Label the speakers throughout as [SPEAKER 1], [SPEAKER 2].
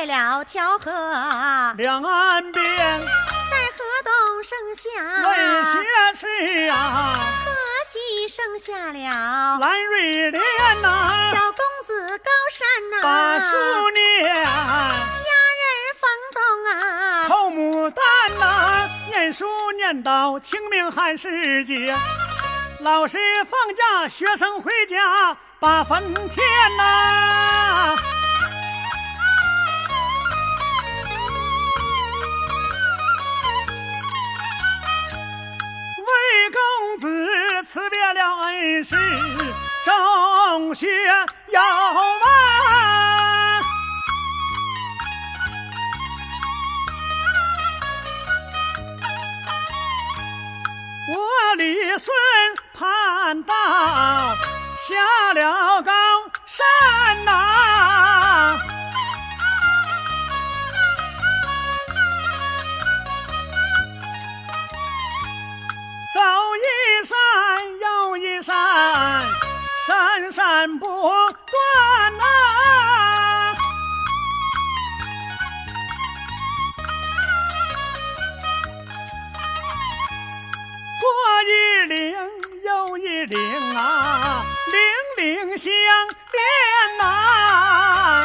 [SPEAKER 1] 有条河，在
[SPEAKER 2] 两岸边
[SPEAKER 1] 河东生
[SPEAKER 2] 问
[SPEAKER 1] 下，
[SPEAKER 2] 斜刺啊，
[SPEAKER 1] 河西生下了
[SPEAKER 2] 蓝瑞莲呐、
[SPEAKER 1] 小公子高山呐、
[SPEAKER 2] 把
[SPEAKER 1] 家
[SPEAKER 2] 书
[SPEAKER 1] 人
[SPEAKER 2] 念，
[SPEAKER 1] 房东啊，
[SPEAKER 2] 后牡丹呐、念书念到清明汉时节，老师放假，学生回家把坟填呐、魏公子辞别了恩师，正学要完。我李顺盼到下了高山呐、走一山又一山，山山不断呐、过一岭又一岭啊，岭岭相连呐、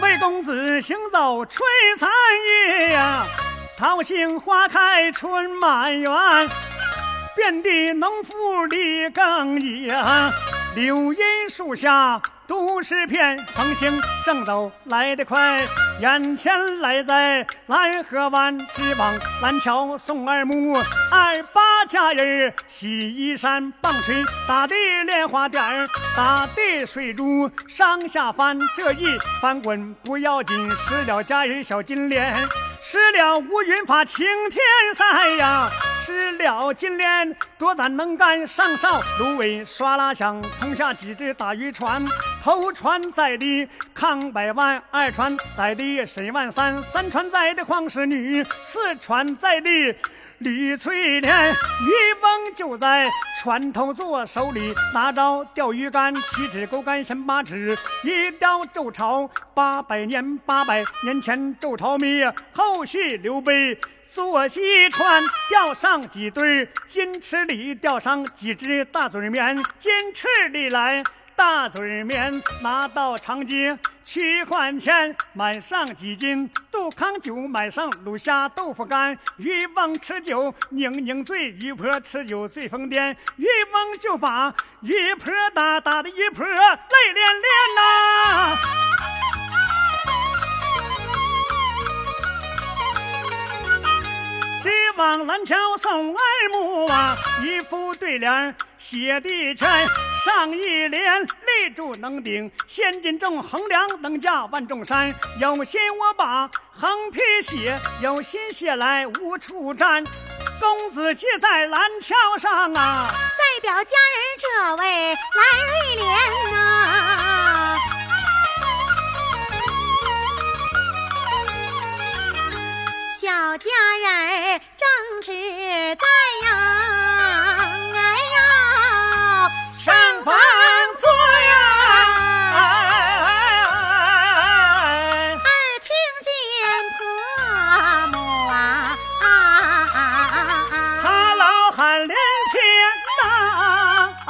[SPEAKER 2] 魏公子行走吹残叶呀，桃杏花开春满园，遍地农夫犁耕也，柳荫树下都是片，横行正走来得快，眼前来在蓝河湾直往蓝桥送二木，二八佳人儿洗衣衫，棒槌打的莲花点儿，打的水珠上下翻，这一翻滚不要紧，湿了佳人小金莲，湿了乌云发晴天晒呀。失了金莲，多攒能干；上哨芦苇唰啦响，冲下几只打渔船。头船载的康百万，二船载的沈万三，三船载的黄石女，四船载的吕翠莲。渔翁就在船头坐，手里拿着钓鱼竿，七指钩竿伸八指，一雕周朝八百年，八百年前周朝灭，后续刘备。坐西川钓上几对金翅里钓上几只大嘴绵，金翅里来大嘴绵，拿到长街七块钱买上几斤杜康酒，买上卤虾豆腐干。渔翁吃酒宁宁醉，渔婆吃酒醉疯癫。渔翁就把渔婆打，打的渔婆泪涟涟呐、直往蓝桥送二木啊，一副对联儿写的全，上一联立柱能顶千斤重，横梁能架万重山。有心我把横批写，有心写来无处站。公子记在蓝桥上啊，
[SPEAKER 1] 代表家人这位蓝瑞莲啊呐、小家人儿正直在呀，哎呀，
[SPEAKER 2] 上房坐呀，哎
[SPEAKER 1] 二听见婆母啊，啊啊啊啊
[SPEAKER 2] 他老喊连天呐、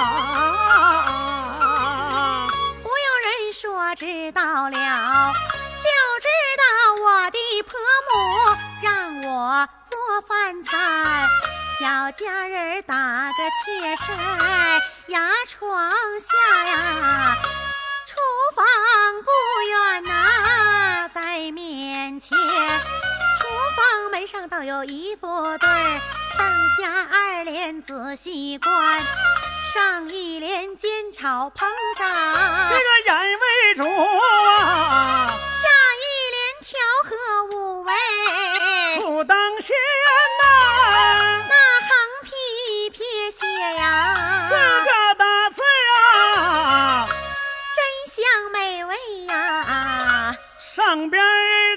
[SPEAKER 1] 不用人说，知道了，就知道我的婆母让我做饭菜，小家人儿打个切晒，牙床下呀，厨房不远呐、在面前。厨房门上倒有一副对儿，上下二联仔细观，上一联煎炒烹炸，
[SPEAKER 2] 这个眼为主啊，
[SPEAKER 1] 下一联调和五味，
[SPEAKER 2] 处当先呐、
[SPEAKER 1] 那横批撇写呀，
[SPEAKER 2] 四个大字啊，
[SPEAKER 1] 真香美味呀。
[SPEAKER 2] 上边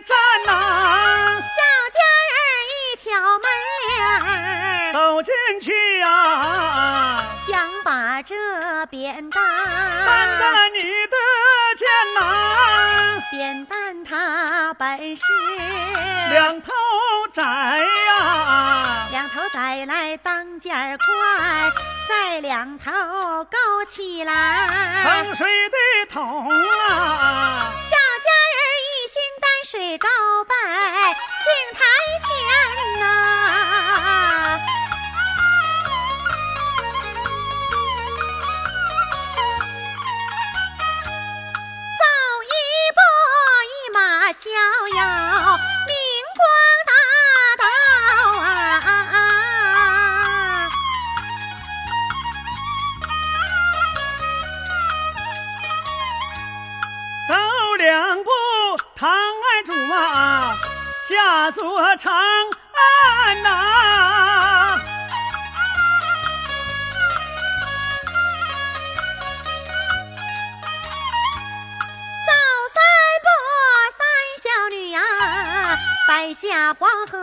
[SPEAKER 2] 站呐、
[SPEAKER 1] 小家人一条门帘儿，
[SPEAKER 2] 走进去呀、
[SPEAKER 1] 讲把这扁担，
[SPEAKER 2] 担担你的肩呐，
[SPEAKER 1] 扁担它本是
[SPEAKER 2] 两头窄呀，
[SPEAKER 1] 两头宰来当间儿宽，再两头勾起来。
[SPEAKER 2] 盛水的桶啊，
[SPEAKER 1] 小家人儿一心担水高拜敬台前啊呐、走一步一马逍遥，明光大道啊！
[SPEAKER 2] 走两步堂二主啊，嫁作长安呐、
[SPEAKER 1] 走三步，三小女啊，摆下黄河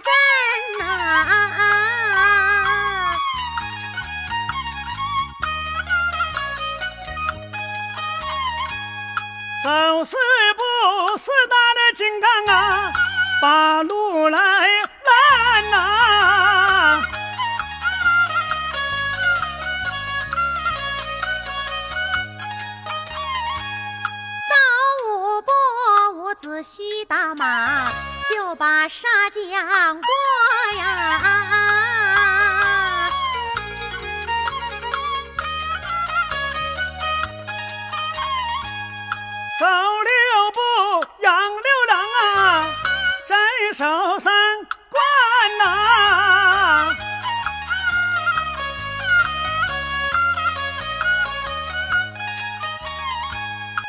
[SPEAKER 1] 阵呐、
[SPEAKER 2] 走四步四大的金刚啊，把路来拦呐、
[SPEAKER 1] 走五步，伍子胥打马就把沙将过呀。
[SPEAKER 2] 走六步杨六郎啊，斩首三关呐、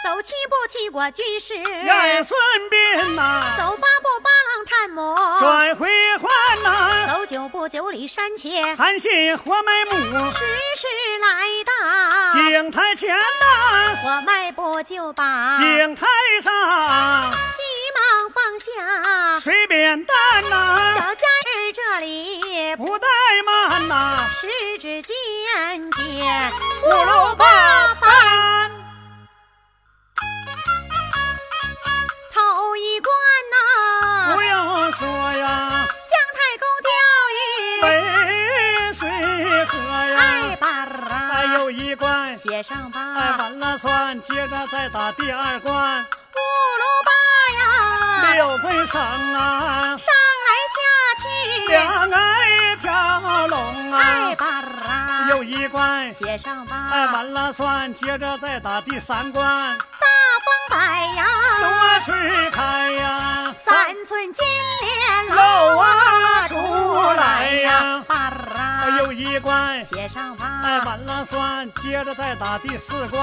[SPEAKER 1] 走七步，七国军师；
[SPEAKER 2] 燕顺宾呐、
[SPEAKER 1] 走八步，八郎探母；
[SPEAKER 2] 转回环呐、
[SPEAKER 1] 走九步，九里山前；
[SPEAKER 2] 韩信活埋母，
[SPEAKER 1] 时时来到，
[SPEAKER 2] 井台前呐、
[SPEAKER 1] 我迈步就把鸡
[SPEAKER 2] 井台上，
[SPEAKER 1] 啊毛放下。
[SPEAKER 2] 水扁担呐、
[SPEAKER 1] 小家人这里
[SPEAKER 2] 不怠慢呐、
[SPEAKER 1] 啊十指尖尖，
[SPEAKER 2] 葫芦八班。
[SPEAKER 1] 头一关呐、
[SPEAKER 2] 不用说呀，
[SPEAKER 1] 姜太公钓鱼，
[SPEAKER 2] 北水河
[SPEAKER 1] 哎啊
[SPEAKER 2] 呀，
[SPEAKER 1] 巴儿啊，
[SPEAKER 2] 哎有一关，
[SPEAKER 1] 写上吧，
[SPEAKER 2] 哎完了算，接着再打第二关，
[SPEAKER 1] 葫芦巴呀，
[SPEAKER 2] 六回上啊，
[SPEAKER 1] 上来下去，
[SPEAKER 2] 两哎条龙
[SPEAKER 1] 哎
[SPEAKER 2] 啊，
[SPEAKER 1] 巴儿啊，
[SPEAKER 2] 又一关，
[SPEAKER 1] 写上吧，
[SPEAKER 2] 哎完了算，接着再打第三关，
[SPEAKER 1] 大风摆
[SPEAKER 2] 多
[SPEAKER 1] 呀，
[SPEAKER 2] 吹开呀，
[SPEAKER 1] 三寸金莲
[SPEAKER 2] 露
[SPEAKER 1] 露
[SPEAKER 2] 啊
[SPEAKER 1] 啊
[SPEAKER 2] 出
[SPEAKER 1] 出
[SPEAKER 2] 来
[SPEAKER 1] 来
[SPEAKER 2] 呀
[SPEAKER 1] 呀，巴儿
[SPEAKER 2] 哎
[SPEAKER 1] 啊，
[SPEAKER 2] 又一关，
[SPEAKER 1] 写上吧，
[SPEAKER 2] 哎完了算，接着再打第四关。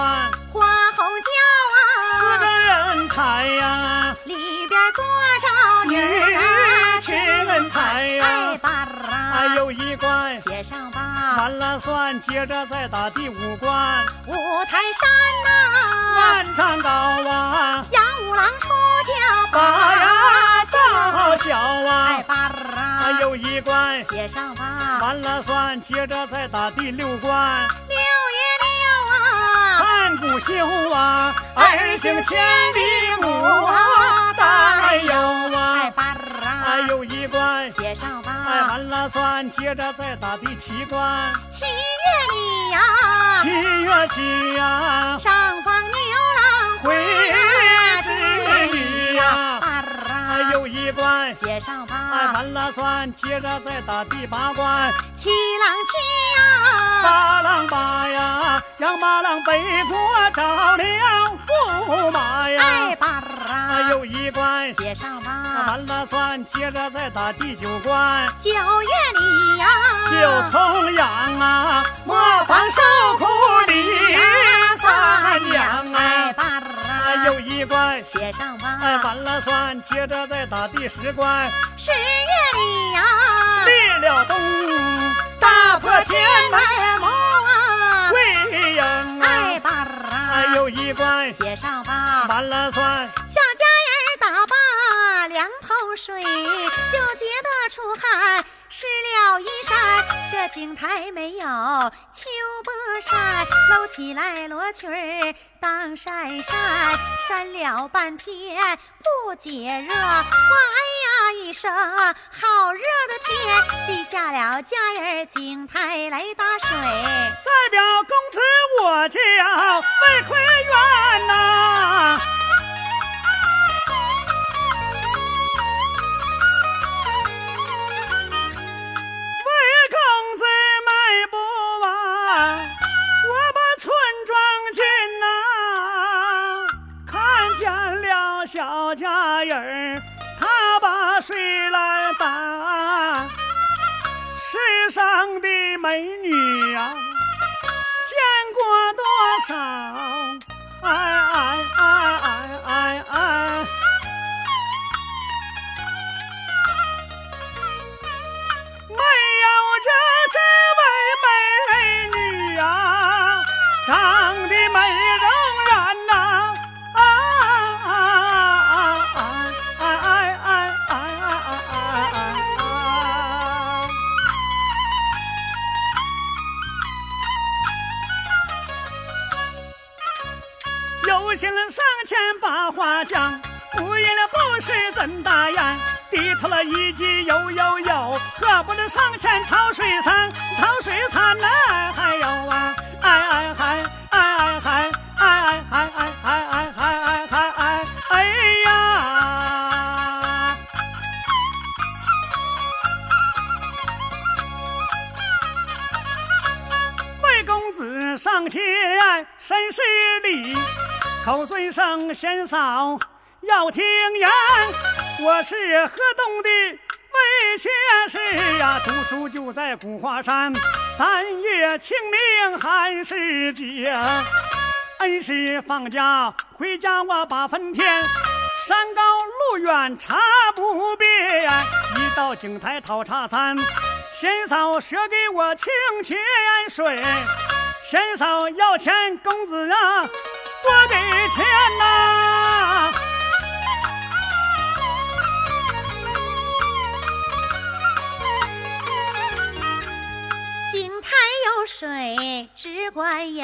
[SPEAKER 1] 花红
[SPEAKER 2] 四
[SPEAKER 1] 轿
[SPEAKER 2] 个
[SPEAKER 1] 啊，
[SPEAKER 2] 人抬呀，
[SPEAKER 1] 里边坐着女儿
[SPEAKER 2] 女人才呀
[SPEAKER 1] 哎巴儿
[SPEAKER 2] 哎
[SPEAKER 1] 啊，
[SPEAKER 2] 又一关，
[SPEAKER 1] 写上吧，
[SPEAKER 2] 完了算，接着再打第五关。
[SPEAKER 1] 五台山呐、
[SPEAKER 2] 万丈高啊，
[SPEAKER 1] 杨五郎出家
[SPEAKER 2] 把呀
[SPEAKER 1] 啊下
[SPEAKER 2] 大，小
[SPEAKER 1] 哎
[SPEAKER 2] 啊，
[SPEAKER 1] 巴儿
[SPEAKER 2] 哎
[SPEAKER 1] 啊，
[SPEAKER 2] 又一关，
[SPEAKER 1] 写上吧，
[SPEAKER 2] 完了算，接着再打第六关。
[SPEAKER 1] 六月六啊，
[SPEAKER 2] 看古秀啊，二行千里母啊，大有
[SPEAKER 1] 哎
[SPEAKER 2] 啊，
[SPEAKER 1] 巴儿
[SPEAKER 2] 哎
[SPEAKER 1] 啊，
[SPEAKER 2] 又一关，
[SPEAKER 1] 写上
[SPEAKER 2] 哎
[SPEAKER 1] 吧，
[SPEAKER 2] 完了算，接着再打第七关。
[SPEAKER 1] 七月里呀
[SPEAKER 2] 七，月七呀。
[SPEAKER 1] 上放牛郎
[SPEAKER 2] 回
[SPEAKER 1] 织
[SPEAKER 2] 之女
[SPEAKER 1] 女
[SPEAKER 2] 呀
[SPEAKER 1] 呀，巴儿
[SPEAKER 2] 哎
[SPEAKER 1] 啊，
[SPEAKER 2] 又一关，
[SPEAKER 1] 写上
[SPEAKER 2] 哎
[SPEAKER 1] 吧，
[SPEAKER 2] 完了算，接着再打第八关，
[SPEAKER 1] 七郎七呀，
[SPEAKER 2] 八郎八呀，杨八郎北国找了驸马
[SPEAKER 1] 哎
[SPEAKER 2] 呀，
[SPEAKER 1] 巴儿
[SPEAKER 2] 哎
[SPEAKER 1] 啊，
[SPEAKER 2] 又一关，
[SPEAKER 1] 写上吧。
[SPEAKER 2] 完了算，接着再打第九关，
[SPEAKER 1] 九月里呀，
[SPEAKER 2] 九
[SPEAKER 1] 嗯
[SPEAKER 2] 重阳啊，磨坊受苦里三娘
[SPEAKER 1] 哎
[SPEAKER 2] 啊，
[SPEAKER 1] 巴儿
[SPEAKER 2] 哎
[SPEAKER 1] 啊，
[SPEAKER 2] 又一关，
[SPEAKER 1] 写上
[SPEAKER 2] 哎
[SPEAKER 1] 吧。
[SPEAKER 2] 完了算，接着再打第十关。
[SPEAKER 1] 十月里啊呀，
[SPEAKER 2] 立了功，大破天
[SPEAKER 1] 哎母啊，
[SPEAKER 2] 贵营啊
[SPEAKER 1] 哎！巴儿
[SPEAKER 2] 哎
[SPEAKER 1] 啊，
[SPEAKER 2] 呦一关，
[SPEAKER 1] 写上吧。
[SPEAKER 2] 完了算，
[SPEAKER 1] 小家人打罢两头水，就觉得出汗失了衣衫，这井台没有秋波扇，搂起来罗裙儿当扇扇，扇了半天不解热，哇哎呀一声，好热的天，记下了佳人井台来打水。
[SPEAKER 2] 代表公子我叫魏奎元呐、魏公子卖不完，我把村庄进呐、看见了小家人儿，他把水来打。世上的美女呀、见过多少？哎哎哎哎哎哎！没有这这位美女啊，长得美仍然呐、啊！啊啊啊啊啊啊啊啊啊啊！有心人上前把话讲，无意了不是怎打样？低头了一句有有有，可不能上前掏水伞，掏水伞呐、还有啊，哎哎嗨，哎哎嗨，哎哎嗨，哎哎哎嗨哎嗨哎哎呀！魏公子上前深施礼，口尊声贤嫂要听言。我是河东的魏学士呀，读书就在古华山。三月清明寒食节，恩师放假回家我把坟填。山高路远茶不便，一到井台讨茶餐。贤嫂舍给我清泉水，贤嫂要钱，公子啊，我给钱呐、
[SPEAKER 1] 井台有水只管饮，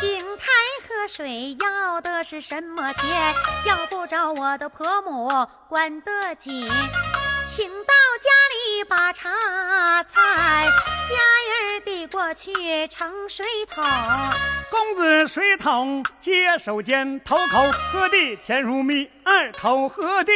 [SPEAKER 1] 井台喝水要的是什么钱？要不着我的婆母管得紧，请到家里把茶菜，家人儿递过去盛水桶。
[SPEAKER 2] 公子水桶接手间，头口喝地甜如蜜，二口喝地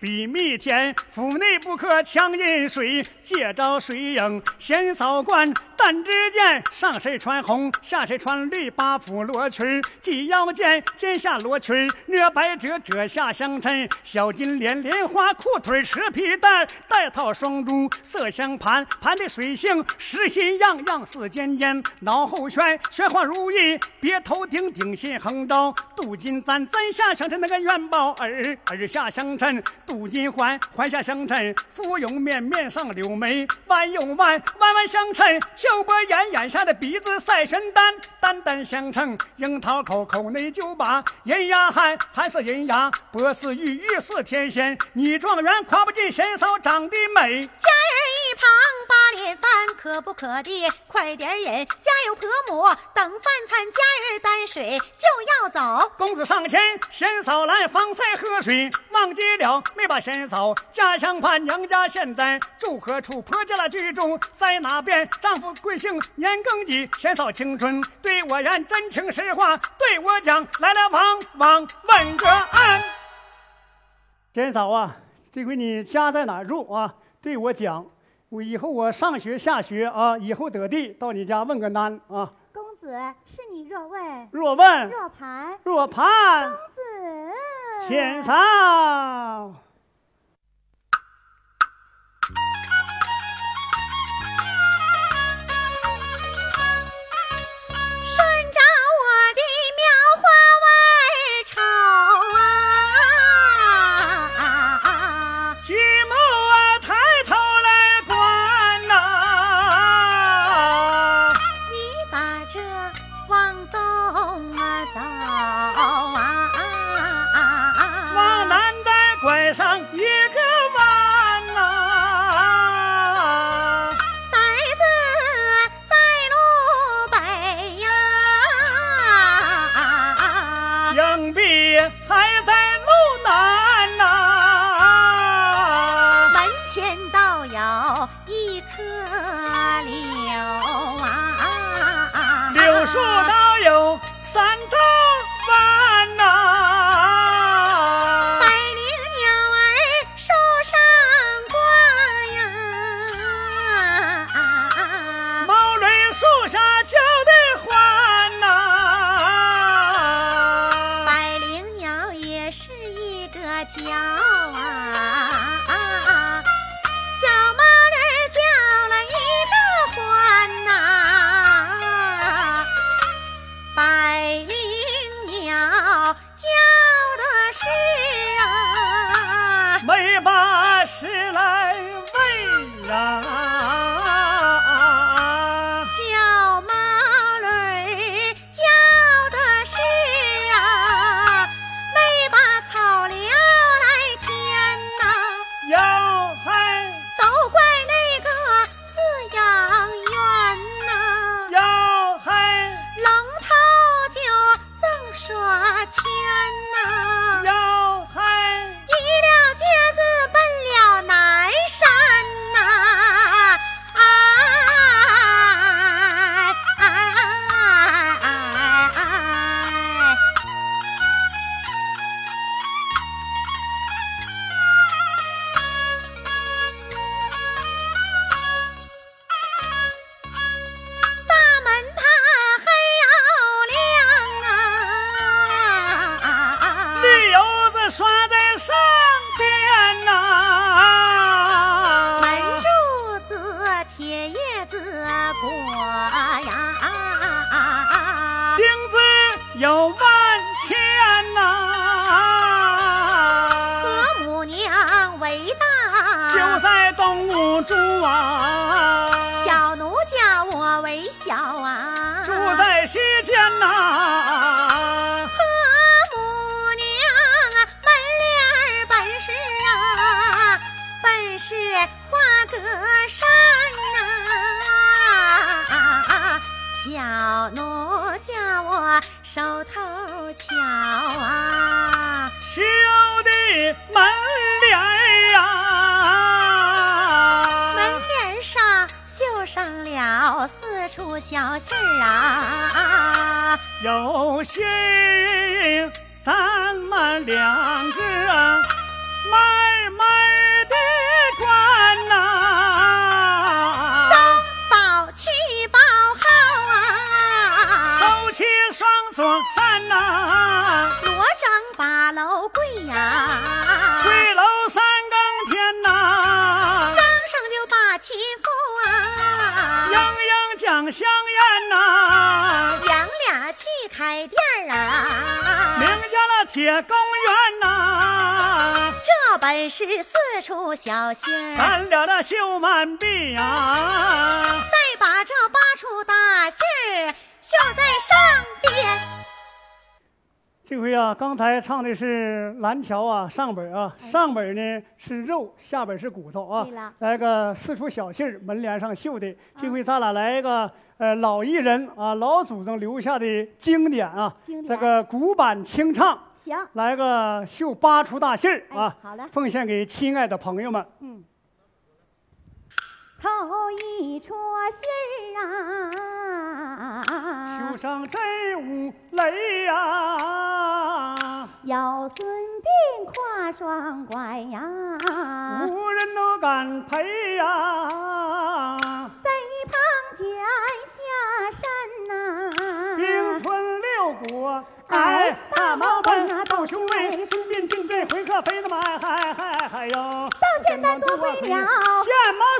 [SPEAKER 2] 比蜜甜。府内不可强饮水，借着水影闲扫观。但只见上谁穿红，下谁穿绿，八府罗裙儿系腰间，肩下罗裙儿略白褶，褶下相衬。小金莲莲花裤腿儿蛇皮带，带套双珠色相盘，盘的水性实心样，样似尖尖。挠后旋，旋花如意，别头顶顶心横刀，镀金簪，簪下相衬那个元宝耳，耳下相衬镀金环，环下相衬芙蓉面，面上柳眉，弯又弯，弯弯相衬秀波眼，眼下的鼻子赛神丹，丹丹相称樱桃口，口内九把银牙汉，汉似银牙，脖似玉，玉似天仙。女状元夸不尽，贤嫂长得美。
[SPEAKER 1] 家人一旁把脸翻，可不可的？快点饮！家有婆母等饭餐，家人担水就要走。
[SPEAKER 2] 公子上前，贤嫂来方才喝水，忘记了没把贤嫂家乡盼，娘家现在住何处？婆家那居住在哪边？丈夫贵姓？年庚几？贤嫂青春对我言，真情实话对我讲，来来往往问个安。贤嫂啊，这回你家在哪儿住啊？对我讲，我以后我上学下学啊，以后得地到你家问个安啊。
[SPEAKER 3] 公子，是你若问，
[SPEAKER 2] 若问
[SPEAKER 3] 若盘，
[SPEAKER 2] 若盼。
[SPEAKER 3] 公子，
[SPEAKER 2] 浅草。
[SPEAKER 1] 顺着我的描花弯儿瞅啊，
[SPEAKER 2] 举目啊，抬头来观呐、
[SPEAKER 1] 你打这往东啊走啊，
[SPEAKER 2] 往南再拐上
[SPEAKER 1] 啊啊啊啊
[SPEAKER 2] 有万千呐、
[SPEAKER 4] 何母娘为大，
[SPEAKER 2] 就在东吴住啊，
[SPEAKER 4] 小奴家我为小啊，
[SPEAKER 2] 住在西间呐、
[SPEAKER 4] 何母娘啊，门帘儿本是啊，本是花格山呐、小奴家我手头巧啊，
[SPEAKER 2] 修的门帘呀、
[SPEAKER 4] 门帘儿上绣上了四处小信儿啊，
[SPEAKER 2] 有信儿咱们两个慢慢的关呐、
[SPEAKER 4] 宗保气保好啊。
[SPEAKER 2] 手起双锁扇呐、
[SPEAKER 4] 罗章把楼跪呀、
[SPEAKER 2] 归楼三更天呐、
[SPEAKER 4] 张生就把亲夫啊
[SPEAKER 2] 英，英讲香烟呐、
[SPEAKER 4] 娘俩去开店儿
[SPEAKER 2] 名
[SPEAKER 4] 啊，
[SPEAKER 2] 下了铁公园呐、
[SPEAKER 4] 这本是四处小心儿，
[SPEAKER 1] 啊
[SPEAKER 2] 咱俩的绣满臂呀、
[SPEAKER 4] 再把这八处大信儿绣在上边。
[SPEAKER 2] 这回啊，刚才唱的是蓝条啊，上本啊，上本呢是肉，下本是骨头
[SPEAKER 1] 对
[SPEAKER 2] 啊
[SPEAKER 1] 了。
[SPEAKER 2] 来个四处小信儿，门帘上绣的。这回咱俩来一个呃老艺人啊，老祖宗留下的经典啊，
[SPEAKER 1] 经典
[SPEAKER 2] 这个古板清唱，
[SPEAKER 1] 行，
[SPEAKER 2] 来个绣八出大信儿啊
[SPEAKER 1] 哎，好嘞
[SPEAKER 2] 奉献给亲爱的朋友们。
[SPEAKER 1] 嗯。头一撮信儿啊
[SPEAKER 2] 绣，上这五雷呀、
[SPEAKER 1] 有孙膑跨双拐呀，哦
[SPEAKER 2] 无人都敢陪呀、
[SPEAKER 1] 在旁脚下山呐、
[SPEAKER 2] 兵分六国，哎，大毛奔啊，到雄伟，孙膑进队回客飞的马，嗨嗨嗨哟！
[SPEAKER 1] 到现在多亏了
[SPEAKER 2] 献毛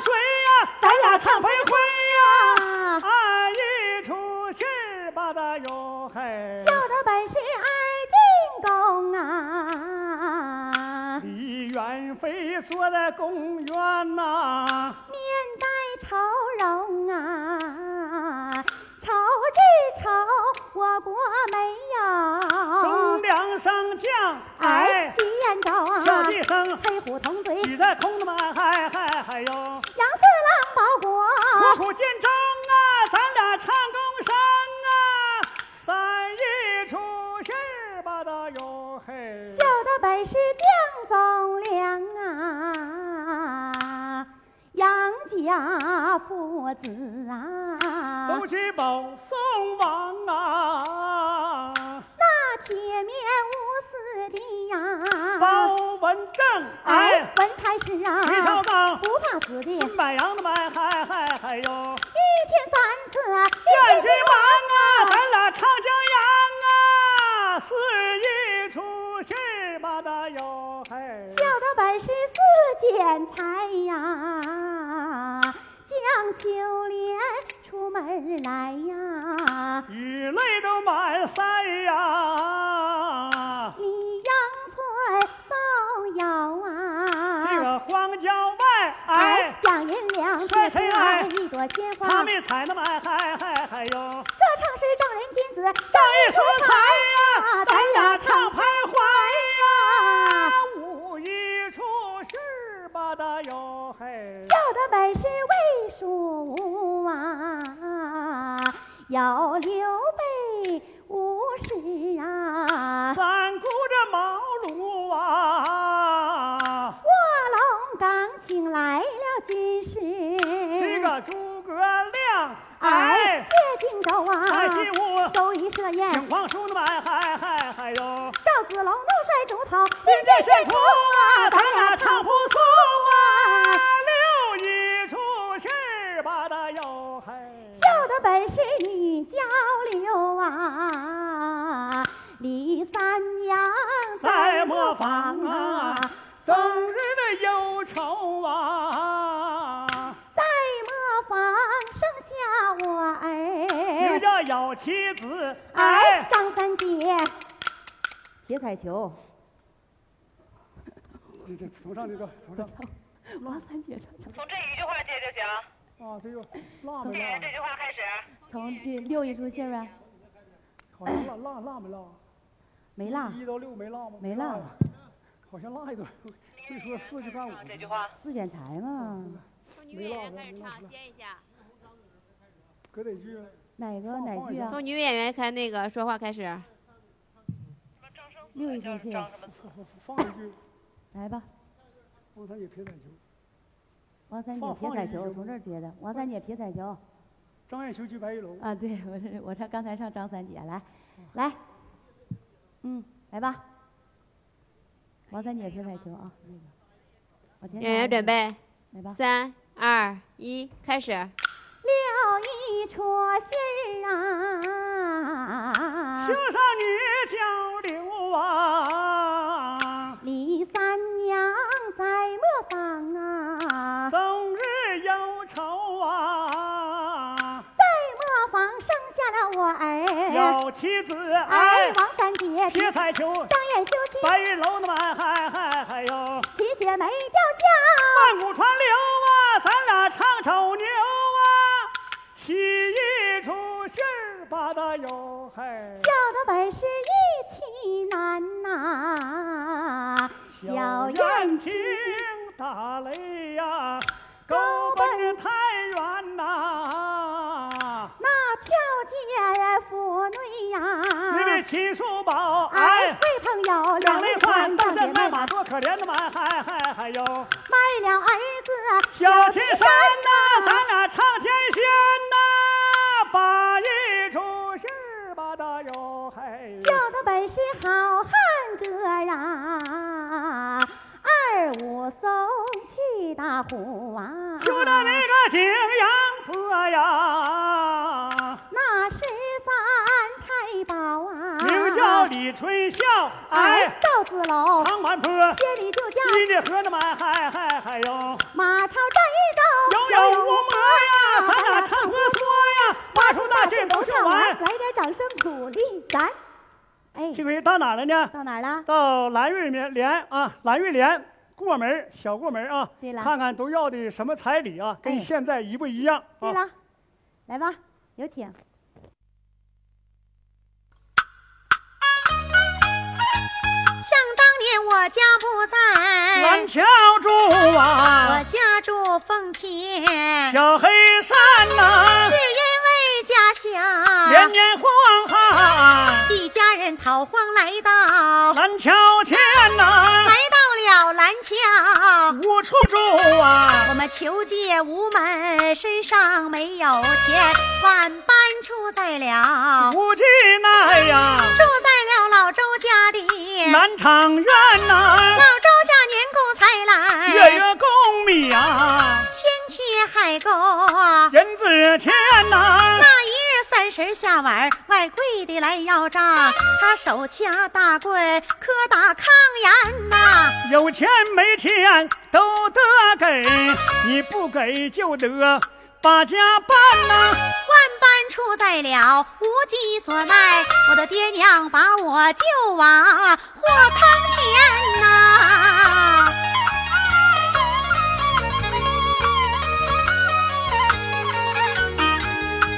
[SPEAKER 2] 谁呀？咱俩唱回回呀！
[SPEAKER 1] 啊，
[SPEAKER 2] 二一出世吧的哟嘿
[SPEAKER 1] 叫，的本是二进宫啊，
[SPEAKER 2] 李元飞坐在公园呐，
[SPEAKER 1] 面带愁容啊，愁之愁我国没
[SPEAKER 2] 忠
[SPEAKER 1] 有，
[SPEAKER 2] 良上将，
[SPEAKER 1] 儿
[SPEAKER 2] 哎，嗯
[SPEAKER 1] 齐燕走啊，
[SPEAKER 2] 小弟生
[SPEAKER 1] 黑虎同嘴，杨四
[SPEAKER 2] 举在空的马，嗨嗨嗨哟！
[SPEAKER 1] 郎保国，
[SPEAKER 2] 虎虎见争啊，咱俩唱共商啊，三一出世吧的哟嘿，
[SPEAKER 1] 叫的本是将宗良啊，杨家父子啊。
[SPEAKER 2] 东西保宋王啊，
[SPEAKER 1] 那铁面无私的呀，
[SPEAKER 2] 包文正
[SPEAKER 1] 哎
[SPEAKER 2] 哎，，
[SPEAKER 1] 文才是
[SPEAKER 2] 李少
[SPEAKER 1] 啊，
[SPEAKER 2] 刚，
[SPEAKER 1] 不怕死的，一天
[SPEAKER 2] 金百羊的买嗨嗨嗨哟，
[SPEAKER 1] 三次啊，
[SPEAKER 2] 见谁王啊，咱俩唱江洋啊，四一出世吧的哟嘿。
[SPEAKER 1] 叫的本是四剪裁呀，将秋莲出门来呀，
[SPEAKER 2] 雨泪都满腮呀。
[SPEAKER 1] 你杨村芍药
[SPEAKER 2] 这
[SPEAKER 1] 啊，
[SPEAKER 2] 个荒郊外，哎，
[SPEAKER 1] 蒋银两
[SPEAKER 2] 帅
[SPEAKER 1] 个
[SPEAKER 2] 气
[SPEAKER 1] 春
[SPEAKER 2] 哎
[SPEAKER 1] 来一朵鲜花，
[SPEAKER 2] 他们采那么哎嗨嗨嗨哟，
[SPEAKER 1] 这正是正人君子，
[SPEAKER 2] 仗
[SPEAKER 1] 仗
[SPEAKER 2] 义
[SPEAKER 1] 义
[SPEAKER 2] 疏
[SPEAKER 1] 疏
[SPEAKER 2] 财
[SPEAKER 1] 财
[SPEAKER 2] 呀，
[SPEAKER 1] 呀，
[SPEAKER 2] 咱
[SPEAKER 1] 咱
[SPEAKER 2] 俩
[SPEAKER 1] 俩
[SPEAKER 2] 唱
[SPEAKER 1] 唱
[SPEAKER 2] 徘
[SPEAKER 1] 拍
[SPEAKER 2] 徊呀
[SPEAKER 1] 呀，，
[SPEAKER 2] 无一处是吧的哟嘿，
[SPEAKER 1] 叫的本是魏蜀啊，有刘备无师啊，卧
[SPEAKER 2] 三顾着茅庐啊，
[SPEAKER 1] 龙岗请来了军师，
[SPEAKER 2] 这个诸葛亮，
[SPEAKER 1] 哎
[SPEAKER 2] 嗯哎，，
[SPEAKER 1] 借荆州
[SPEAKER 2] 哎西
[SPEAKER 1] 啊，
[SPEAKER 2] 屋
[SPEAKER 1] 周瑜设宴，
[SPEAKER 2] 景皇叔那么哎嗨嗨嗨哟。
[SPEAKER 1] 赵子龙怒摔竹头，
[SPEAKER 2] 今
[SPEAKER 1] 今
[SPEAKER 2] 天
[SPEAKER 1] 天
[SPEAKER 2] 炫
[SPEAKER 1] 炫
[SPEAKER 2] 酷
[SPEAKER 1] 酷
[SPEAKER 2] 啊，
[SPEAKER 1] 啊，
[SPEAKER 2] 咱
[SPEAKER 1] 咱
[SPEAKER 2] 俩
[SPEAKER 1] 俩
[SPEAKER 2] 唱
[SPEAKER 1] 唱
[SPEAKER 2] 不
[SPEAKER 1] 不
[SPEAKER 2] 送
[SPEAKER 1] 送
[SPEAKER 2] 啊
[SPEAKER 1] 啊。，
[SPEAKER 2] 六一出世吧的哟嘿，
[SPEAKER 1] 叫的本是女交流啊，李三娘
[SPEAKER 2] 在磨
[SPEAKER 1] 磨
[SPEAKER 2] 坊
[SPEAKER 1] 坊
[SPEAKER 2] 啊，整日的忧愁啊，
[SPEAKER 1] 在磨坊生下我
[SPEAKER 2] 一
[SPEAKER 1] 儿，
[SPEAKER 2] 个有妻子，
[SPEAKER 1] 哎
[SPEAKER 2] 哎，，
[SPEAKER 1] 张三金别彩球，
[SPEAKER 2] 这这从上这个从上
[SPEAKER 1] 罗三姐
[SPEAKER 5] 从这一句话接就行。
[SPEAKER 2] 啊，这又辣没
[SPEAKER 5] 接人这
[SPEAKER 2] 辣？
[SPEAKER 5] 句话开始，
[SPEAKER 1] 从第六一出信儿啊，
[SPEAKER 2] 好像辣辣辣没辣？
[SPEAKER 1] 没辣，
[SPEAKER 2] 一到六没辣吗？
[SPEAKER 1] 没辣
[SPEAKER 2] 呀，好像辣一段。一说四就干五
[SPEAKER 5] 啊，这句话。
[SPEAKER 1] 四选材嘛，
[SPEAKER 6] 从女演员开始唱，接一下。
[SPEAKER 2] 搁哪句啊？
[SPEAKER 1] 哪个哪句啊？
[SPEAKER 6] 从女演员开那个说话开始。
[SPEAKER 5] 张生
[SPEAKER 1] 六一
[SPEAKER 5] 叫
[SPEAKER 1] 出信
[SPEAKER 5] 张什么？
[SPEAKER 2] 放一句，
[SPEAKER 1] 来吧，
[SPEAKER 2] 王三姐撇篮球，
[SPEAKER 1] 王三姐
[SPEAKER 2] 放
[SPEAKER 1] 撇
[SPEAKER 2] 放
[SPEAKER 1] 彩
[SPEAKER 2] 一句
[SPEAKER 1] 球，
[SPEAKER 2] 就
[SPEAKER 1] 从这儿接的。王三姐撇彩球
[SPEAKER 2] 张艳秋去白玉楼，
[SPEAKER 1] 啊，对我这我这刚才上张三姐来，来，嗯，来吧，
[SPEAKER 2] 哎
[SPEAKER 1] 王三姐撇彩球啊，那个，我先
[SPEAKER 6] 演员准，备，
[SPEAKER 1] 来吧。
[SPEAKER 6] 三二一，开始。
[SPEAKER 1] 撂一撮信儿啊
[SPEAKER 2] 行，上你交流啊，
[SPEAKER 1] 李三娘在磨坊啊，
[SPEAKER 2] 冬日忧愁啊，
[SPEAKER 1] 在磨坊生下了我儿，
[SPEAKER 2] 有妻子
[SPEAKER 1] 儿
[SPEAKER 2] 哎，
[SPEAKER 1] 王三姐
[SPEAKER 2] 撇彩球，
[SPEAKER 1] 张眼休妻，
[SPEAKER 2] 白玉楼那么嗨嗨嗨哟。
[SPEAKER 1] 齐雪梅掉下，
[SPEAKER 2] 万古川流啊，咱俩唱首牛啊，起一出信儿吧的哟嘿，
[SPEAKER 1] 叫的本是一奇难呐、小燕
[SPEAKER 2] 青打雷呀、勾奔太原呐、
[SPEAKER 1] 那票姐府内呀、
[SPEAKER 2] 你的秦叔宝
[SPEAKER 1] 哎，
[SPEAKER 2] 哎。
[SPEAKER 1] 会朋友
[SPEAKER 2] 两
[SPEAKER 1] 两
[SPEAKER 2] 肋
[SPEAKER 1] 肋宽，
[SPEAKER 2] 宽，
[SPEAKER 1] 两
[SPEAKER 2] 蹬蹬
[SPEAKER 1] 肋
[SPEAKER 2] 卖
[SPEAKER 1] 慢。
[SPEAKER 2] 马多可怜的嘛，嗨嗨嗨哟！
[SPEAKER 1] 卖了儿子
[SPEAKER 2] 小青山呐、咱俩唱天仙呐、把一出信儿吧的哟嘿。
[SPEAKER 1] 叫的本是好汉歌呀，二武松去打虎啊，
[SPEAKER 2] 就着那个景阳坡呀，
[SPEAKER 1] 那十三太保啊，
[SPEAKER 2] 名叫李春孝，
[SPEAKER 1] 哎
[SPEAKER 2] 哎，
[SPEAKER 1] 赵子龙，
[SPEAKER 2] 唐完坡，
[SPEAKER 1] 街里就叫
[SPEAKER 2] 你的河那么嗨嗨嗨哟，
[SPEAKER 1] 马超战一
[SPEAKER 2] 有
[SPEAKER 1] 招，
[SPEAKER 2] 有无魔呀，咱俩唱和说呀，八出大戏都唱
[SPEAKER 1] 来
[SPEAKER 4] 哎
[SPEAKER 2] 完。
[SPEAKER 1] 点掌声鼓励咱，哎，
[SPEAKER 2] 这回到哪儿了呢？
[SPEAKER 1] 到哪儿了？
[SPEAKER 2] 到蓝玉莲莲啊，蓝玉莲过门儿小过门儿啊
[SPEAKER 1] 对了，
[SPEAKER 2] 看看都要的什么彩礼啊，
[SPEAKER 1] 哎
[SPEAKER 2] 跟现在一不一样
[SPEAKER 1] 对
[SPEAKER 2] 啊？
[SPEAKER 1] 了，来吧，有请。
[SPEAKER 4] 想当年我家不在
[SPEAKER 2] 蓝，桥住啊
[SPEAKER 4] 我，
[SPEAKER 1] 哎
[SPEAKER 4] 家住奉天，是
[SPEAKER 2] 小黑山呐、
[SPEAKER 4] 因为
[SPEAKER 1] 啊
[SPEAKER 4] 家
[SPEAKER 2] 连
[SPEAKER 4] 乡
[SPEAKER 2] 年荒旱，
[SPEAKER 4] 一家人逃荒来到，来
[SPEAKER 2] 蓝桥前呐、
[SPEAKER 4] 到了蓝桥。
[SPEAKER 2] 无处住啊
[SPEAKER 1] 哎
[SPEAKER 4] 我，们求借无门，身上没有钱，万般住在了，
[SPEAKER 2] 无计奈呀、
[SPEAKER 4] 住在了老周家的。
[SPEAKER 2] 南厂院
[SPEAKER 4] 老
[SPEAKER 2] 呐、
[SPEAKER 1] 哎
[SPEAKER 4] 周家年贡才来，
[SPEAKER 2] 月月供米啊，
[SPEAKER 4] 天贴海沟。那
[SPEAKER 2] 银子钱呐、
[SPEAKER 1] 哎
[SPEAKER 4] 一日三十下晚，外跪的来要账，他手掐大棍，磕打炕沿呐。
[SPEAKER 2] 有钱没钱都得给，你不给就得把家搬呐、
[SPEAKER 4] 万般出在了无计所奈，我的爹娘把我救往火坑田呐、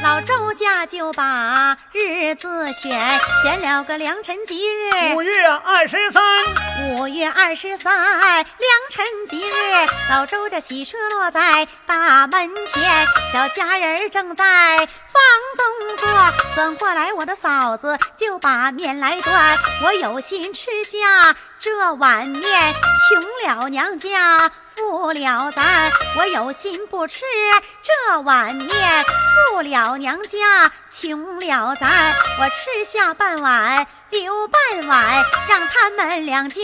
[SPEAKER 4] 老周家就把日子选，选了个良辰吉日，
[SPEAKER 2] 五月二十三，
[SPEAKER 4] 五月二十三，良辰吉日，老周家喜车落在大门前，小家人儿正在房中坐，转过来我的嫂子就把面来端，我有心吃下这碗面，穷了娘家。富了咱，我有心不吃这碗面；富了娘家，穷了咱，我吃下半碗，留半碗，让他们两家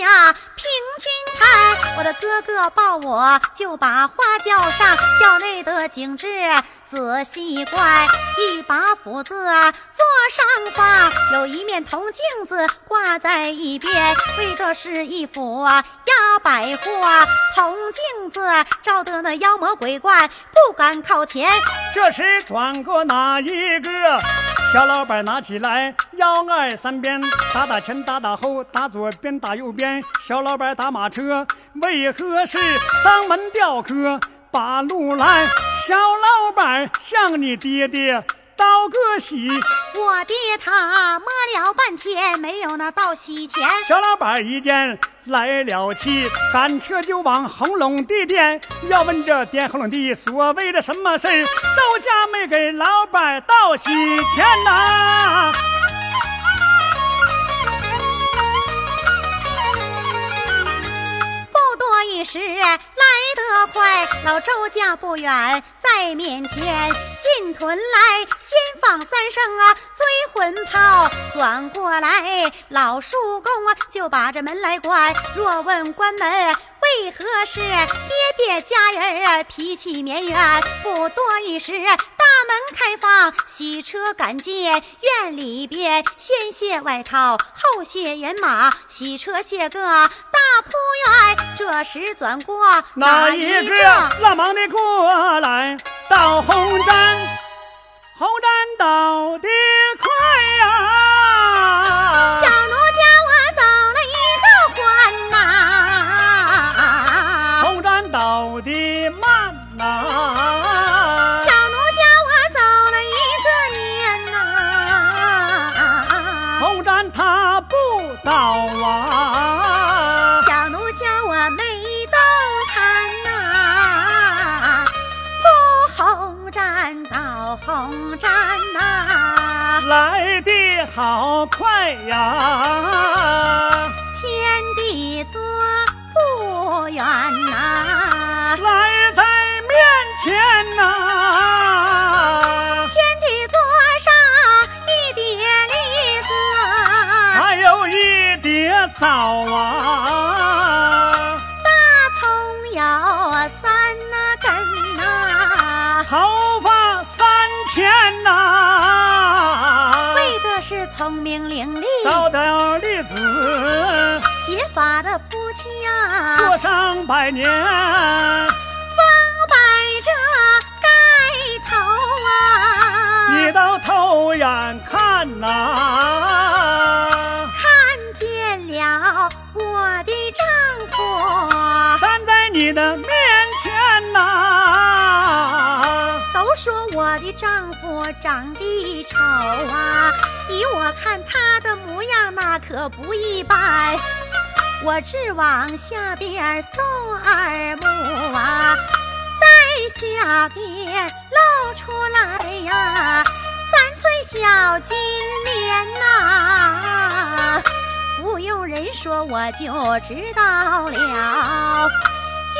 [SPEAKER 4] 平均摊。我的哥哥抱我就把话叫上，叫内的景致仔仔细观，一把斧子啊坐上方，有一面铜镜子挂在一边，为的是一幅啊压百花。铜镜子照得那妖魔鬼怪不敢靠前。
[SPEAKER 2] 这时转过哪一个？小老板拿起来，腰爱三鞭，打打前，打打后，打左边，打右边。小老板打马车，为何是丧门吊客把路拦？小老板像你爹爹道个喜，
[SPEAKER 4] 我爹他摸了半天没有那到西前，
[SPEAKER 2] 小老板一见来了气，赶车就往红龙地颠。要问这颠红龙地所谓的什么事儿周家没给老板道喜钱呐、
[SPEAKER 4] 不多一时来得快，老周家不远在面前，进屯来先放三声啊追魂炮，转过来老叔公啊就把这门来关，若问关门为何事，爹爹家人儿脾气绵远，不多一时大门开放，洗车赶进院里边，先卸外套，后卸人马，洗车卸个大铺院。这时转过
[SPEAKER 2] 哪
[SPEAKER 4] 一
[SPEAKER 2] 一个拉忙的过来到红毡，红毡倒的快呀、
[SPEAKER 4] 小奴家我走了一个环呐、
[SPEAKER 2] 红毡倒的慢呐、
[SPEAKER 4] 小奴家我走了一个年呐、
[SPEAKER 2] 红毡他不倒啊，
[SPEAKER 4] 小奴家我没动弹呐、铺红毡倒红毡呐、
[SPEAKER 2] 来的好快呀、
[SPEAKER 4] 天地坐不远呐、
[SPEAKER 2] 来在面前呐、
[SPEAKER 4] 天地坐上一叠栗子，
[SPEAKER 2] 还有一碟枣啊。
[SPEAKER 4] 大葱有三那根呐、
[SPEAKER 2] 头发三千呐、
[SPEAKER 4] 为的是聪明伶俐、
[SPEAKER 2] 早点的子
[SPEAKER 4] 结发的夫妻呀、
[SPEAKER 2] 过上百年，
[SPEAKER 4] 方摆着盖头
[SPEAKER 2] 你
[SPEAKER 4] 啊，
[SPEAKER 2] 都偷眼看呐、
[SPEAKER 4] 看见了我的丈夫，
[SPEAKER 2] 站在你的面前呐、
[SPEAKER 4] 都说我的丈夫长得丑啊，依我看他的模样那可不一般。我只往下边搜二目啊，在下边露出来呀、三寸小金莲呐、不用人说我就知道了，就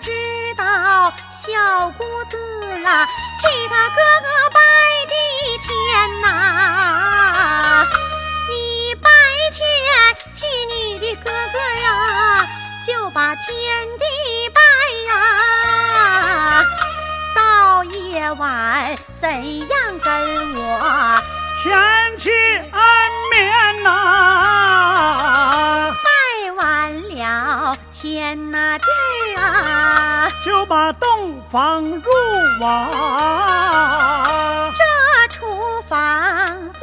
[SPEAKER 4] 知道小姑子啊，替她哥哥拜的天呐、你白天替你的哥哥呀，就把天地拜呀。到夜晚怎样跟我
[SPEAKER 2] 前去安眠呐、
[SPEAKER 4] 拜完了天呐地儿啊？
[SPEAKER 2] 就把洞房入啊。
[SPEAKER 4] 这厨房不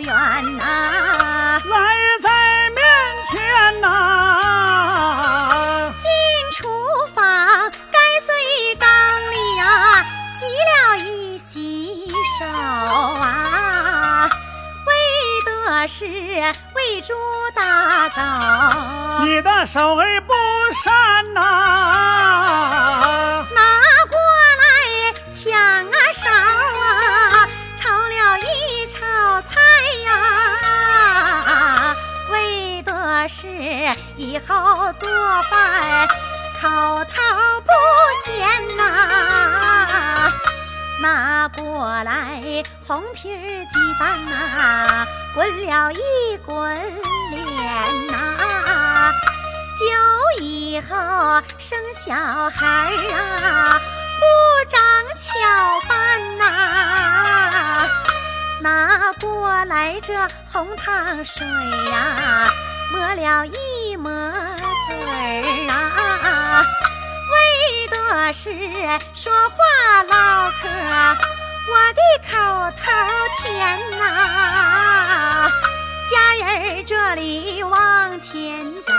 [SPEAKER 4] 远呐、
[SPEAKER 2] 来在面前呐、
[SPEAKER 4] 进厨房该碎缸里啊，洗了一洗手啊，为的是喂猪打狗。
[SPEAKER 2] 你的手儿不善呐、
[SPEAKER 4] 拿过来抢啊勺啊，炒了一炒菜呀、为的是以后做饭口头不咸呐、拿过来红皮儿鸡蛋呐、滚了一滚脸呐、久以后生小孩儿啊，不张巧班呐、拿过来这红糖水呀、抹了一抹嘴儿啊，为的是说话唠嗑，我的口头甜呐、家人儿这里往前走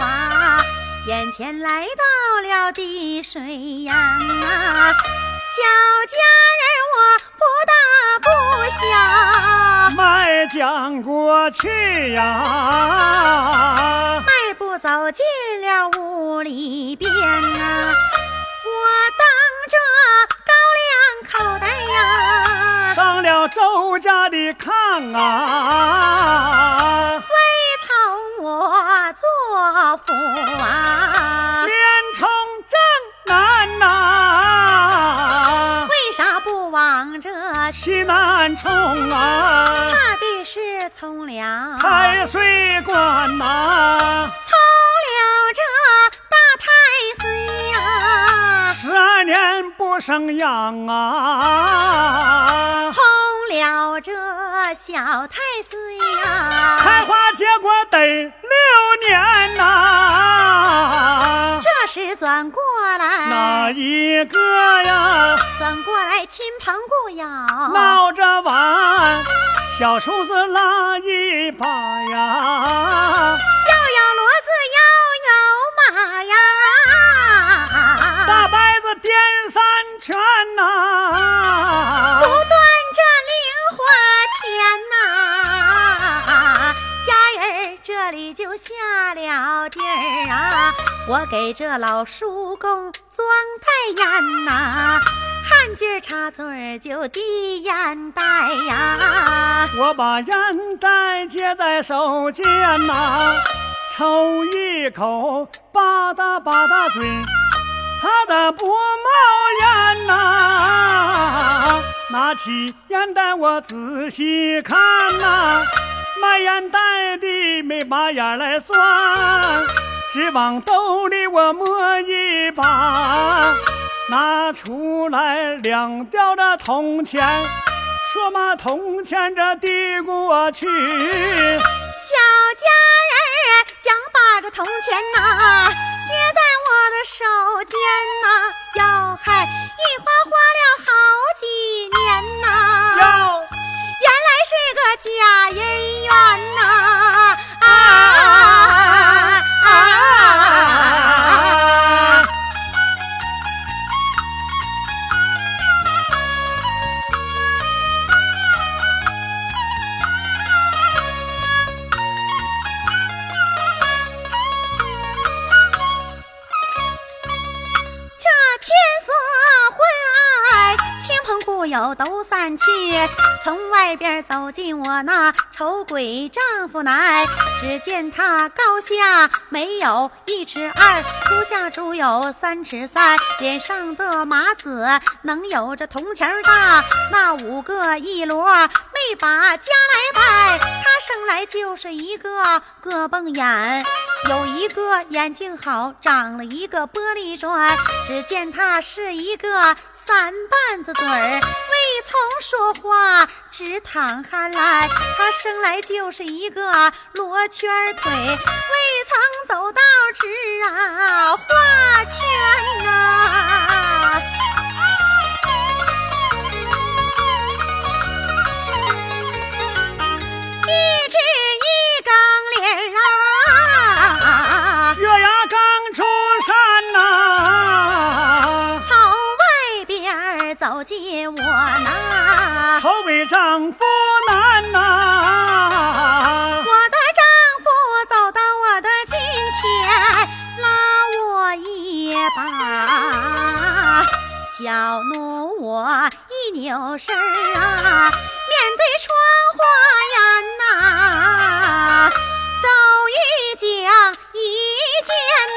[SPEAKER 4] 啊，眼前来到了滴水洋啊，小家人儿我不大不小，
[SPEAKER 2] 迈将过去呀，
[SPEAKER 4] 迈步走进了屋里边呐、我当着高粱口袋呀、
[SPEAKER 2] 上了周家的炕啊，
[SPEAKER 4] 未从我做父啊
[SPEAKER 2] 连，冲正南呐，
[SPEAKER 4] 为啥不往这去？
[SPEAKER 2] 西南冲啊，
[SPEAKER 4] 怕的是从了
[SPEAKER 2] 太岁关呐，
[SPEAKER 4] 从了这大太岁呀，
[SPEAKER 2] 十二年不生养啊，
[SPEAKER 4] 从了这小太岁呀，
[SPEAKER 2] 开花结果得六年呐、
[SPEAKER 4] 这时转过
[SPEAKER 2] 哪
[SPEAKER 4] 来，
[SPEAKER 2] 一个呀？
[SPEAKER 4] 转过来亲朋故友，
[SPEAKER 2] 闹着玩，小厨子拉一把呀，
[SPEAKER 4] 摇摇骡子摇摇马呀，
[SPEAKER 2] 大白子颠三圈呐、
[SPEAKER 4] 不断这零花钱呐，家人儿这里就下了地儿啊，我给这老叔公装袋烟呐。看劲儿插嘴儿就递烟袋呀，
[SPEAKER 2] 我把烟袋接在手间呐、抽一口，吧嗒吧嗒嘴，他咋不冒烟呐、拿起烟袋我仔细看呐、卖烟袋的没把眼来算，只往兜里我摸一把，拿出来两吊的铜钱。说嘛铜钱这递过去，
[SPEAKER 4] 小家人儿想把这铜钱呐、接在我的手间呐、哟嗨，一花花了好几年呐、
[SPEAKER 2] 要
[SPEAKER 4] 原来是个假姻缘呐、啊啊啊！这天色昏暗，亲朋故友都散去，从外边走进我那丑鬼丈夫来。只见他高下没有一尺二，足下足有三尺三，脸上的麻子能有这铜钱儿大。那五个一摞没把家来拜，他生来就是一个个蹦眼。有一个眼睛好，长了一个玻璃砖。只见他是一个三瓣子嘴儿，未从说话，直淌汗来。他生来就是一个罗圈腿，未曾走到直啊画圈啊呐、一枝一杠铃儿啊，
[SPEAKER 2] 月牙刚出山呐、
[SPEAKER 4] 朝外边儿走进我那，
[SPEAKER 2] 头尾丈夫难呐、
[SPEAKER 4] 我的丈夫走到我的近前，拉我一把，小奴我一扭身儿啊，面对窗花呀呐，走一将一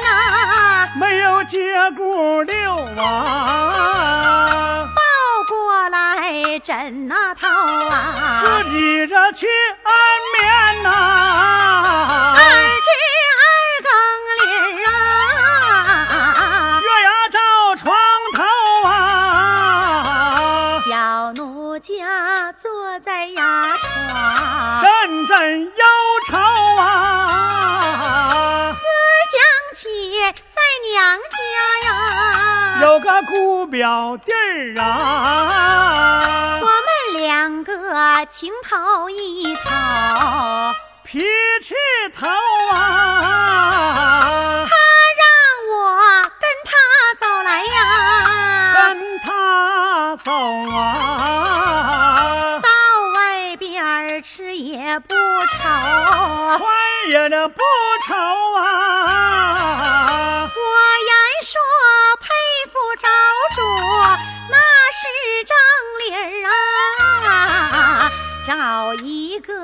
[SPEAKER 4] 见呐。
[SPEAKER 2] 没有结骨六啊，
[SPEAKER 4] 抱过来枕那头啊，
[SPEAKER 2] 自己这去安眠呐、
[SPEAKER 4] 二指二更铃儿啊，
[SPEAKER 2] 月牙照床头啊，
[SPEAKER 4] 啊
[SPEAKER 2] 啊有表弟儿啊
[SPEAKER 4] 我，们两个情投意投，他
[SPEAKER 2] 脾气头啊，
[SPEAKER 4] 让我跟他走来呀，
[SPEAKER 2] 跟他走啊，
[SPEAKER 4] 到外边儿吃也不愁。
[SPEAKER 2] 穿也这不愁啊，
[SPEAKER 4] 我言说佩服招主，那是张脸儿啊，找一个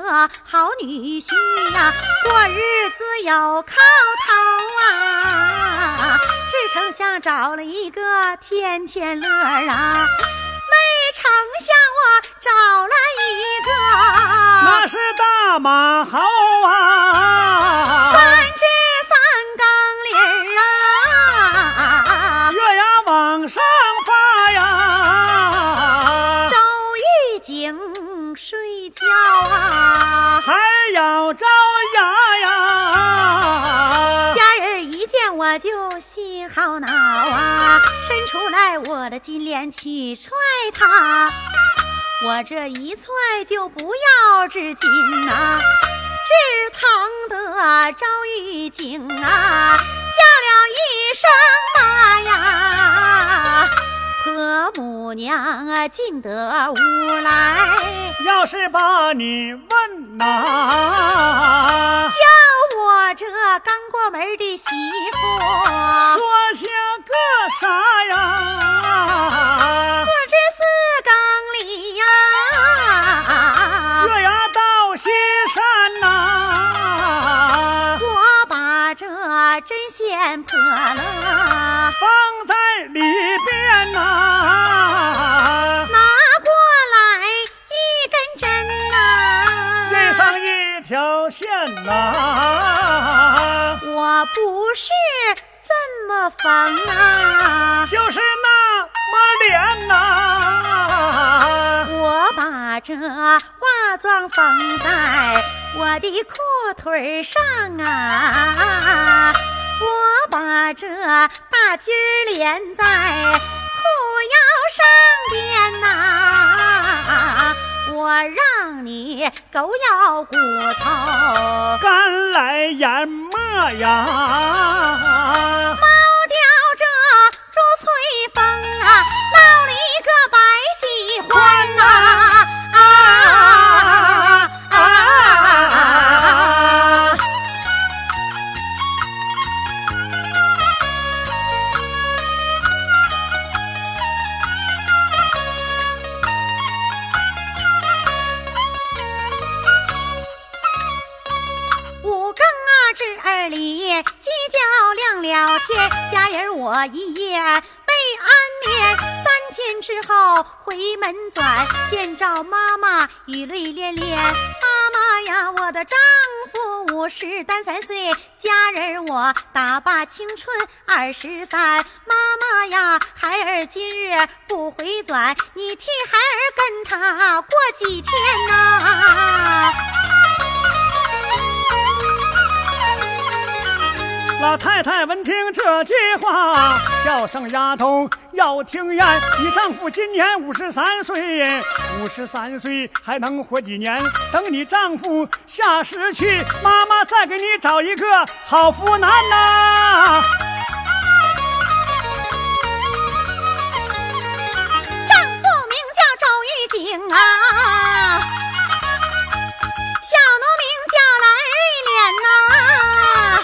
[SPEAKER 4] 好女婿呀、过日子有靠头啊。只成想找了一个天天乐儿啊，没成想我找了一个
[SPEAKER 2] 那是大马猴啊，
[SPEAKER 4] 三只三缸梨儿啊。
[SPEAKER 2] 月牙往上发呀
[SPEAKER 4] 周，玉景睡觉啊，
[SPEAKER 2] 还要招牙呀，
[SPEAKER 4] 家人一见我就心好恼啊，伸出来我的金莲去踹他，我这一踹就不要啊至今呐、只疼得周玉景啊叫了一声妈呀，婆母娘啊进得屋来。
[SPEAKER 2] 要是把你问呐、
[SPEAKER 4] 叫我这刚过门的媳妇，
[SPEAKER 2] 说些个啥呀
[SPEAKER 4] 四？只四缸里呀、
[SPEAKER 2] 月牙到西山呐、
[SPEAKER 4] 我把这针线破了，
[SPEAKER 2] 放在里边呐、
[SPEAKER 4] 拿过来一根针呐、
[SPEAKER 2] 印上一条线呐、
[SPEAKER 4] 我不是这么缝啊，
[SPEAKER 2] 就是那么连呐、
[SPEAKER 4] 我把这袜装缝在我的裤腿上啊，我把这大筋儿连在裤腰上边呐、我让你狗咬骨头。
[SPEAKER 2] 干来研磨呀，
[SPEAKER 4] 猫叼着朱翠风啊，闹了一个白喜欢呐、啊啊啊啊！五更啊，至二里鸡叫亮了天，家人儿我一夜被安眠。三天之后回门转，见着妈妈雨泪涟涟。妈妈呀，我的丈夫五十单三岁，家人儿我打罢青春二十三。妈妈呀，孩儿今日不回转，你替孩儿跟他过几天呐、
[SPEAKER 2] 老太太闻听这句话，叫声丫头要听言。你丈夫今年五十三岁，五十三岁还能活几年？等你丈夫下世去，妈妈再给你找一个好夫男呐、
[SPEAKER 4] 丈夫名叫周玉景啊，小奴名叫蓝瑞莲呐、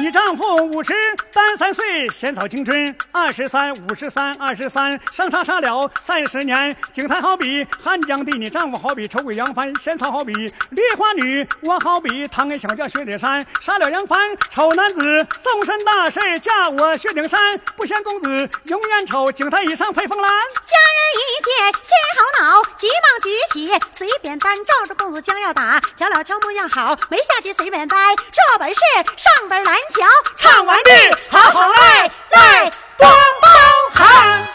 [SPEAKER 2] 你丈夫五十三三岁，闲草青春二十三，五十三二十三，上叉叉了三十年。景台好比汉江地，你丈夫好比丑鬼杨帆，闲草好比梨花女，我好比唐人小将薛丁山，杀了杨帆丑男子，纵身大事嫁我薛丁山，不贤公子永远丑，景台以上配风兰。
[SPEAKER 4] 家人一见心好恼，急忙举起随便单，照着公主将要打，瞧了瞧模样好，没下级随便呆，这本是上本蓝桥。唱完毕，好好赖赖，东包寒。